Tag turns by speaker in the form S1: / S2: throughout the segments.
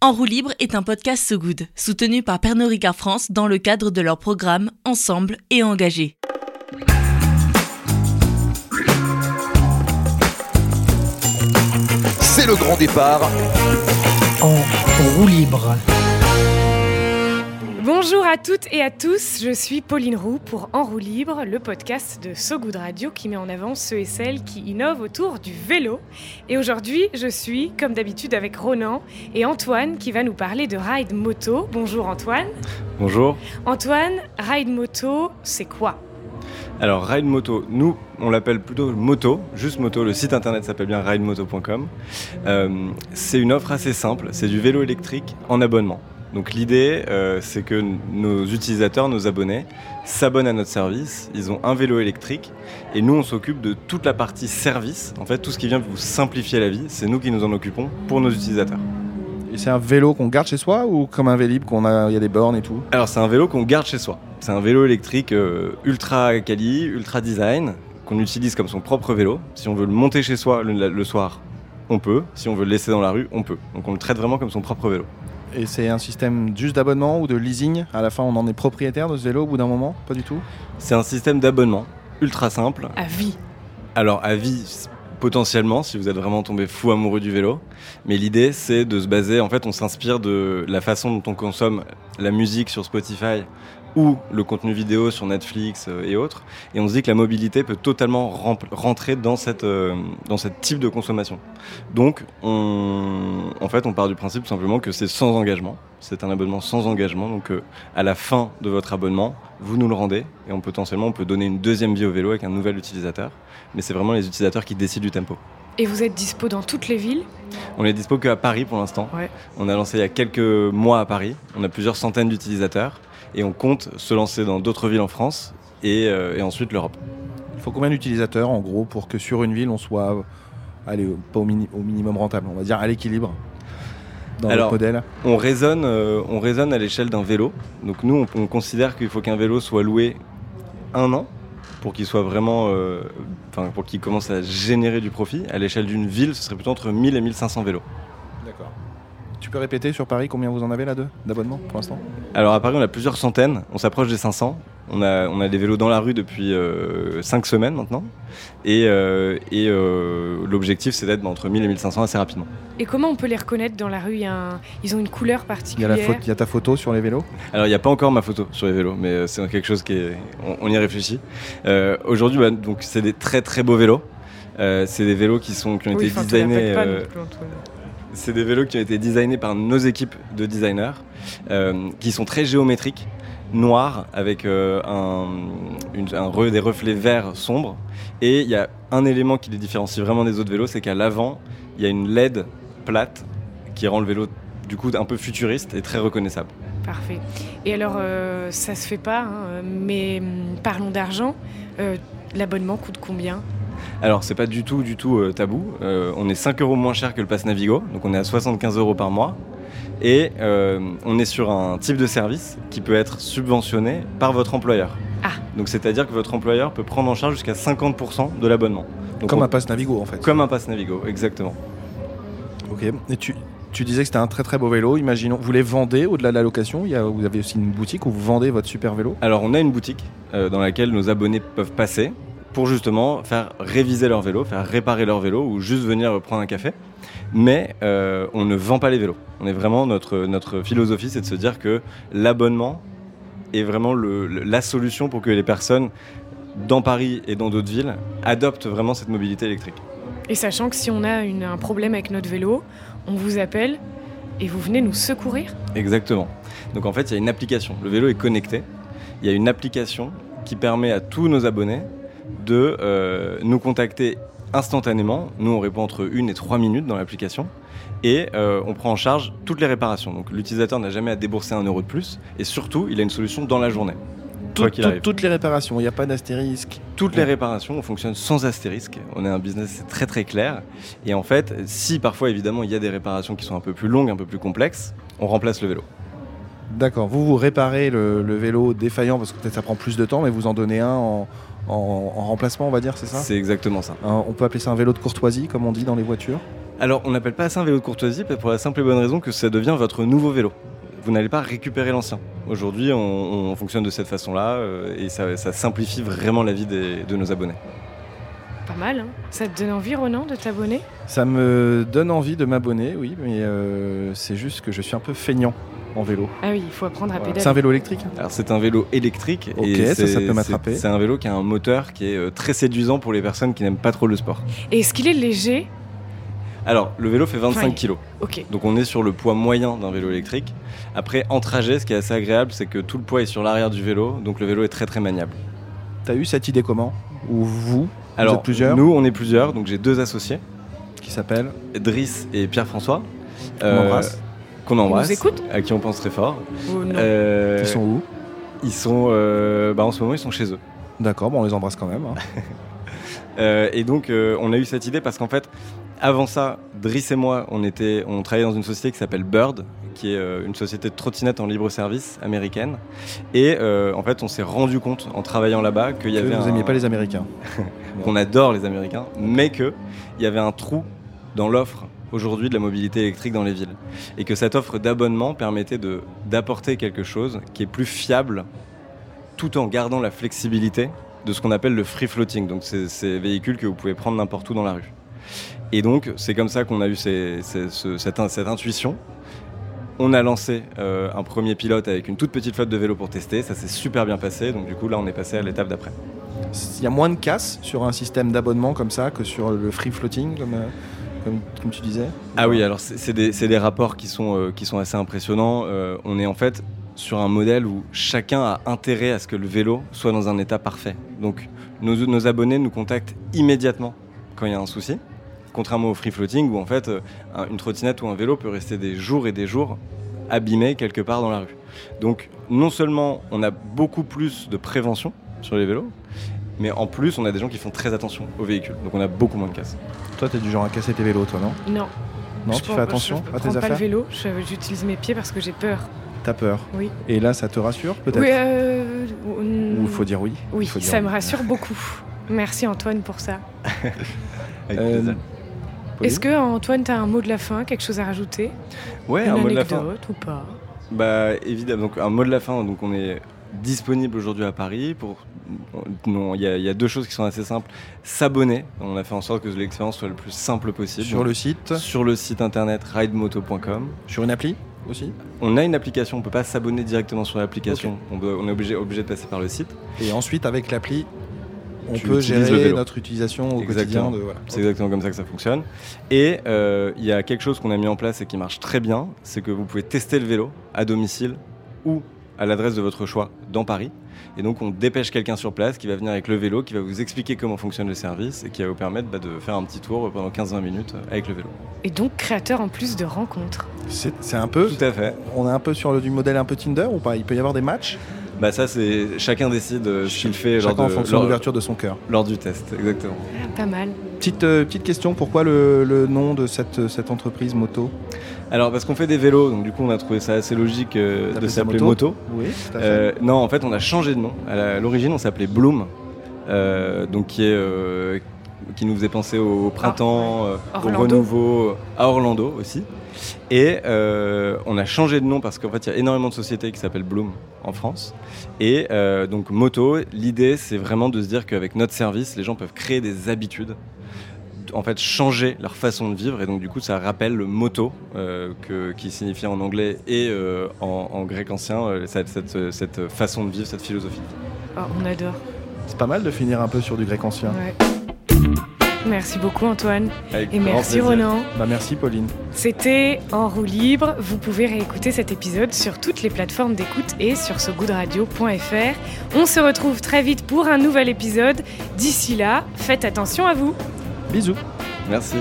S1: En roue libre est un podcast So Good, soutenu par Pernod Ricard France dans le cadre de leur programme Ensemble et engagé.
S2: C'est le grand départ.
S3: en roue libre.
S4: Bonjour à toutes et à tous, je suis Pauline Roux pour En roue libre, le podcast de So Good Radio qui met en avant ceux et celles qui innovent autour du vélo. Et aujourd'hui, je suis, comme d'habitude, avec Ronan et Antoine qui va nous parler de ride moto. Bonjour Antoine.
S5: Bonjour.
S4: Antoine, ride moto, c'est quoi
S5: Alors Ride Moto, nous on l'appelle plutôt Moto, juste Moto, le site internet s'appelle bien ridemoto.com. Euh, c'est une offre assez simple, c'est du vélo électrique en abonnement. Donc l'idée euh, c'est que n- nos utilisateurs, nos abonnés, s'abonnent à notre service, ils ont un vélo électrique et nous on s'occupe de toute la partie service, en fait tout ce qui vient vous simplifier la vie, c'est nous qui nous en occupons pour nos utilisateurs.
S6: Et c'est un vélo qu'on garde chez soi ou comme un Vélib qu'on a, il y a des bornes et tout
S5: Alors c'est un vélo qu'on garde chez soi. C'est un vélo électrique euh, ultra quali, ultra design, qu'on utilise comme son propre vélo. Si on veut le monter chez soi le, le soir, on peut. Si on veut le laisser dans la rue, on peut. Donc on le traite vraiment comme son propre vélo.
S6: Et c'est un système juste d'abonnement ou de leasing À la fin, on en est propriétaire de ce vélo au bout d'un moment Pas du tout
S5: C'est un système d'abonnement ultra simple.
S4: À vie.
S5: Alors à vie s- potentiellement si vous êtes vraiment tombé fou amoureux du vélo, mais l'idée c'est de se baser, en fait on s'inspire de la façon dont on consomme la musique sur Spotify ou le contenu vidéo sur Netflix euh, et autres, et on se dit que la mobilité peut totalement rempl- rentrer dans cette euh, dans cette type de consommation. Donc on, en fait on part du principe tout simplement que c'est sans engagement, c'est un abonnement sans engagement, donc euh, à la fin de votre abonnement vous nous le rendez et on potentiellement on peut donner une deuxième vie au vélo avec un nouvel utilisateur mais c'est vraiment les utilisateurs qui décident du tempo.
S4: Et vous êtes dispo dans toutes les villes
S5: On est dispo qu'à Paris pour l'instant.
S4: Ouais.
S5: On a lancé il y a quelques mois à Paris. On a plusieurs centaines d'utilisateurs et on compte se lancer dans d'autres villes en France et, euh, et ensuite l'Europe.
S6: Il faut combien d'utilisateurs en gros pour que sur une ville on soit, euh, allez, euh, pas au, mini- au minimum rentable, on va dire à l'équilibre dans
S5: Alors,
S6: le modèle
S5: On raisonne, euh, on raisonne à l'échelle d'un vélo. Donc nous, on, on considère qu'il faut qu'un vélo soit loué un an pour qu'il soit vraiment, euh, enfin pour qu'il commence à générer du profit. À l'échelle d'une ville, ce serait plutôt entre 1000 et 1500 vélos.
S6: D'accord. Tu peux répéter sur Paris combien vous en avez là deux d'abonnement pour l'instant
S5: Alors à Paris, on a plusieurs centaines, on s'approche des 500. On a, on a des vélos dans la rue depuis 5 semaines maintenant. Et, euh, et, euh, l'objectif, c'est d'être bah, entre 1000 et 1500 assez rapidement.
S4: Et comment on peut les reconnaître dans la rue Il y a un- Ils ont une couleur
S6: Il y, a
S4: particulière.
S6: la faute- il y a ta photo sur les vélos
S5: Alors il n'y a pas encore ma photo sur les vélos, mais euh, c'est quelque chose qui est... On, on y réfléchit. Euh, Aujourd'hui, bah, donc c'est des très très beaux vélos. Euh, c'est des vélos qui, sont, qui ont
S4: Oui,
S5: été
S4: enfin, tu la pètes
S5: designés...
S4: pas
S5: euh,
S4: non plus, Antoine.
S5: C'est des vélos qui ont été designés par nos équipes de designers, euh, qui sont très géométriques, noirs, avec euh, un, une- un re- des reflets verts sombres. Et il y a un élément qui les différencie vraiment des autres vélos, c'est qu'à l'avant, il y a une LED plate qui rend le vélo du coup un peu futuriste et très reconnaissable.
S4: Parfait. Et alors, euh, ça se fait pas, hein, mais hum, parlons d'argent. Euh, L'abonnement coûte combien
S5: Alors c'est pas du tout du tout euh, tabou. Euh, on est 5 euros moins cher que le pass Navigo, donc on est à 75 euros par mois. Et euh, on est sur un type de service qui peut être subventionné par votre employeur.
S4: Ah.
S5: Donc c'est-à-dire que votre employeur peut prendre en charge jusqu'à 50% de l'abonnement. Donc,
S6: Comme
S5: on-
S6: un pass Navigo en fait.
S5: comme un pass Navigo, exactement.
S6: Ok. Et tu, tu disais que c'était un très très beau vélo. Imaginons, vous les vendez au-delà de la location. Il y a- vous avez aussi une boutique où vous vendez votre super vélo.
S5: Alors on a une boutique euh, dans laquelle nos abonnés peuvent passer pour justement faire réviser leur vélo, faire réparer leur vélo ou juste venir euh, prendre un café. Mais euh, on ne vend pas les vélos. On est vraiment notre, notre philosophie, c'est de se dire que l'abonnement est vraiment le- le- la solution pour que les personnes dans Paris et dans d'autres villes adoptent vraiment cette mobilité électrique.
S4: Et sachant que si on a une- un problème avec notre vélo, on vous appelle et vous venez nous secourir.
S5: Exactement. Donc en fait, il y a une application. Le vélo est connecté. Il y a une application qui permet à tous nos abonnés de euh, nous contacter instantanément. Nous, on répond entre 1 et 3 minutes dans l'application. Et euh, on prend en charge toutes les réparations. Donc l'utilisateur n'a jamais à débourser un euro de plus. Et surtout, il a une solution dans la journée.
S6: Tout-
S5: Quoi qu'il
S6: tout-
S5: arrive.
S6: toutes les réparations, il n'y a pas d'astérisque.
S5: Toutes les réparations, on fonctionne sans astérisque. On est un business très très clair. Et en fait, si parfois évidemment il y a des réparations qui sont un peu plus longues, un peu plus complexes, on remplace le vélo.
S6: D'accord, vous vous réparez le, le vélo défaillant parce que peut-être ça prend plus de temps, mais vous en donnez un en, en- en remplacement, on va dire, c'est ça
S5: C'est exactement ça.
S6: Un- On peut appeler ça un vélo de courtoisie, comme on dit dans les voitures.
S5: Alors, on n'appelle pas ça un vélo de courtoisie mais pour la simple et bonne raison que ça devient votre nouveau vélo. Vous n'allez pas récupérer l'ancien. Aujourd'hui, on, on fonctionne de cette façon-là euh, et ça, ça simplifie vraiment la vie des- de nos abonnés.
S4: Pas mal, hein Ça te donne envie, Ronan, de t'abonner
S6: Ça me donne envie de m'abonner, oui, mais euh, c'est juste que je suis un peu feignant en vélo.
S4: Ah oui, il faut apprendre à
S6: Voilà.
S4: pédaler.
S6: C'est un vélo électrique
S5: Alors c'est un vélo électrique.
S6: Ok,
S5: et
S6: ça,
S5: c'est-
S6: ça peut
S5: c'est-
S6: m'attraper.
S5: C'est un vélo qui a un moteur qui est euh, très séduisant pour les personnes qui n'aiment pas trop le sport.
S4: Et est-ce qu'il est léger
S5: Alors le vélo fait
S4: Enfin,
S5: 25 kg,
S4: Ok.
S5: donc on est sur le poids moyen d'un vélo électrique. Après en trajet, ce qui est assez agréable, c'est que tout le poids est sur l'arrière du vélo, donc le vélo est très très maniable.
S6: T'as eu cette idée comment Ou vous,
S5: Alors
S6: êtes plusieurs
S5: nous on est plusieurs, donc j'ai deux associés,
S6: qui s'appelle
S5: Driss et Pierre-François. euh,
S6: On embrasse.
S5: Qu'on
S4: On
S5: embrasse.
S4: nous écoute
S5: À qui on pense très fort.
S4: Oh non.
S5: Euh,
S6: Ils sont où
S5: ils sont, euh, bah, en ce moment ils sont chez eux.
S6: D'accord, bon, on les embrasse quand même. hein.
S5: Euh, et donc, euh, on a eu cette idée parce qu'en fait, avant ça, Driss et moi, on, était, on travaillait dans une société qui s'appelle Bird, qui est euh, une société de trottinettes en libre service américaine. Et euh, en fait, on s'est rendu compte en travaillant là-bas qu'il y
S6: Que
S5: avait.
S6: vous
S5: un-
S6: aimiez pas les Américains.
S5: qu'on adore les Américains, mais qu'il y avait un trou dans l'offre aujourd'hui de la mobilité électrique dans les villes. Et que cette offre d'abonnement permettait de- d'apporter quelque chose qui est plus fiable tout en gardant la flexibilité de ce qu'on appelle le free floating, donc ces, ces véhicules que vous pouvez prendre n'importe où dans la rue. Et donc c'est comme ça qu'on a eu ces- ces- ce- cette, in- cette intuition. On a lancé euh, un premier pilote avec une toute petite flotte de vélos pour tester, ça s'est super bien passé, donc du coup là on est passé à l'étape d'après.
S6: Il y a moins de casse sur un système d'abonnement comme ça que sur le free floating, comme, euh, comme, comme tu disais
S5: Ah oui, alors c'est c'est des, c'est des rapports qui sont, euh, qui sont assez impressionnants. Euh, on est en fait sur un modèle où chacun a intérêt à ce que le vélo soit dans un état parfait. Donc nos, nos abonnés nous contactent immédiatement quand il y a un souci. Contrairement au free floating où en fait euh, un- une trottinette ou un vélo peut rester des jours et des jours abîmé quelque part dans la rue. Donc non seulement on a beaucoup plus de prévention sur les vélos, mais en plus on a des gens qui font très attention aux véhicules. Donc on a beaucoup moins de casse.
S6: Toi, t'es du genre à casser tes vélos, toi, non
S4: Non.
S6: Non,
S4: je
S6: tu
S4: prends-
S6: fais attention
S4: je,
S6: à
S4: prends
S6: tes
S4: pas le
S6: affaires
S4: vélo, je- j'utilise mes pieds parce que j'ai peur.
S6: T'as peur
S4: Oui.
S6: Et là, ça te rassure, peut-être
S4: Oui, euh,
S6: Ou il faut dire oui
S4: oui
S6: faut dire
S4: ça
S6: oui.
S4: me rassure beaucoup. Merci Antoine pour ça.
S5: Avec
S6: Euh,
S5: plaisir.
S6: Pauline
S4: Est-ce que Antoine, t'as un mot de la fin, quelque chose à rajouter
S5: Ouais,
S4: Une
S5: un mot de la fin.
S4: anecdote ou pas
S5: Bah évidemment, donc un mot de la fin, donc on est disponible aujourd'hui à Paris pour non, il y, a- il y a deux choses qui sont assez simples. S'abonner, on a fait en sorte que l'expérience soit le plus simple possible.
S6: Sur le site
S5: sur le site internet ridemoto.com.
S6: Sur une appli aussi
S5: On a une application, on peut pas s'abonner directement sur l'application. On, doit- on est obligé obligé de passer par le site.
S6: Et ensuite, avec l'appli, on
S5: Tu
S6: peut
S5: utilises le
S6: gérer
S5: vélo.
S6: notre utilisation au
S5: Exactement.
S6: quotidien. De, voilà.
S5: C'est exactement comme ça que ça fonctionne. Et euh, il y a quelque chose qu'on a mis en place et qui marche très bien, c'est que vous pouvez tester le vélo à domicile ou à l'adresse de votre choix dans Paris. Et donc on dépêche quelqu'un sur place qui va venir avec le vélo, qui va vous expliquer comment fonctionne le service et qui va vous permettre bah, de faire un petit tour pendant 15-20 minutes avec le vélo.
S4: Et donc créateur en plus de rencontres.
S6: C'est c'est un peu.
S5: Tout à fait.
S6: On est un peu sur le, du modèle un peu Tinder ou pas Il peut y avoir des matchs
S5: Bah ça c'est chacun décide euh, ce qu'il fait lors,
S6: Chacun en
S5: de-
S6: fonction de
S5: lors,
S6: l'ouverture de son cœur.
S5: lors du test. Exactement.
S4: Ah, pas mal.
S6: Petite, euh, petite question, pourquoi le, le nom de cette, cette entreprise moto
S5: Alors parce qu'on fait des vélos, donc du coup on a trouvé ça assez logique euh, de
S6: T'appelles ça
S5: s'appeler
S6: moto
S5: moto.
S6: Oui, tout à fait.
S5: Euh, non, en fait, on a changé de nom. À la- à l'origine, on s'appelait Bloom, euh, donc qui est euh, qui nous faisait penser au, au printemps, euh, au
S4: Orlando.
S5: renouveau, euh, à Orlando aussi. Et euh, on a changé de nom parce qu'en fait, il y a énormément de sociétés qui s'appellent Bloom en France. Et euh, donc, Moto, l'idée, c'est vraiment de se dire qu'avec notre service, les gens peuvent créer des habitudes, en fait, changer leur façon de vivre. Et donc, du coup, ça rappelle le moto, euh, que- qui signifie en anglais et euh, en, en grec ancien, euh, cette, cette- cette façon de vivre, cette philosophie.
S4: Oh, on adore.
S6: C'est pas mal de finir un peu sur du grec ancien.
S4: Ouais. Merci beaucoup Antoine.
S5: Avec
S4: Et
S5: grand
S4: merci
S5: plaisir.
S4: Ronan.
S6: Bah, merci Pauline.
S4: C'était En roue libre. Vous pouvez réécouter cet épisode sur toutes les plateformes d'écoute et sur sogoodradio.fr. On se retrouve très vite pour un nouvel épisode. D'ici là, faites attention à vous.
S6: Bisous.
S5: Merci.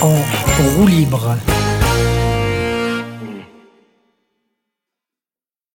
S3: En roue libre.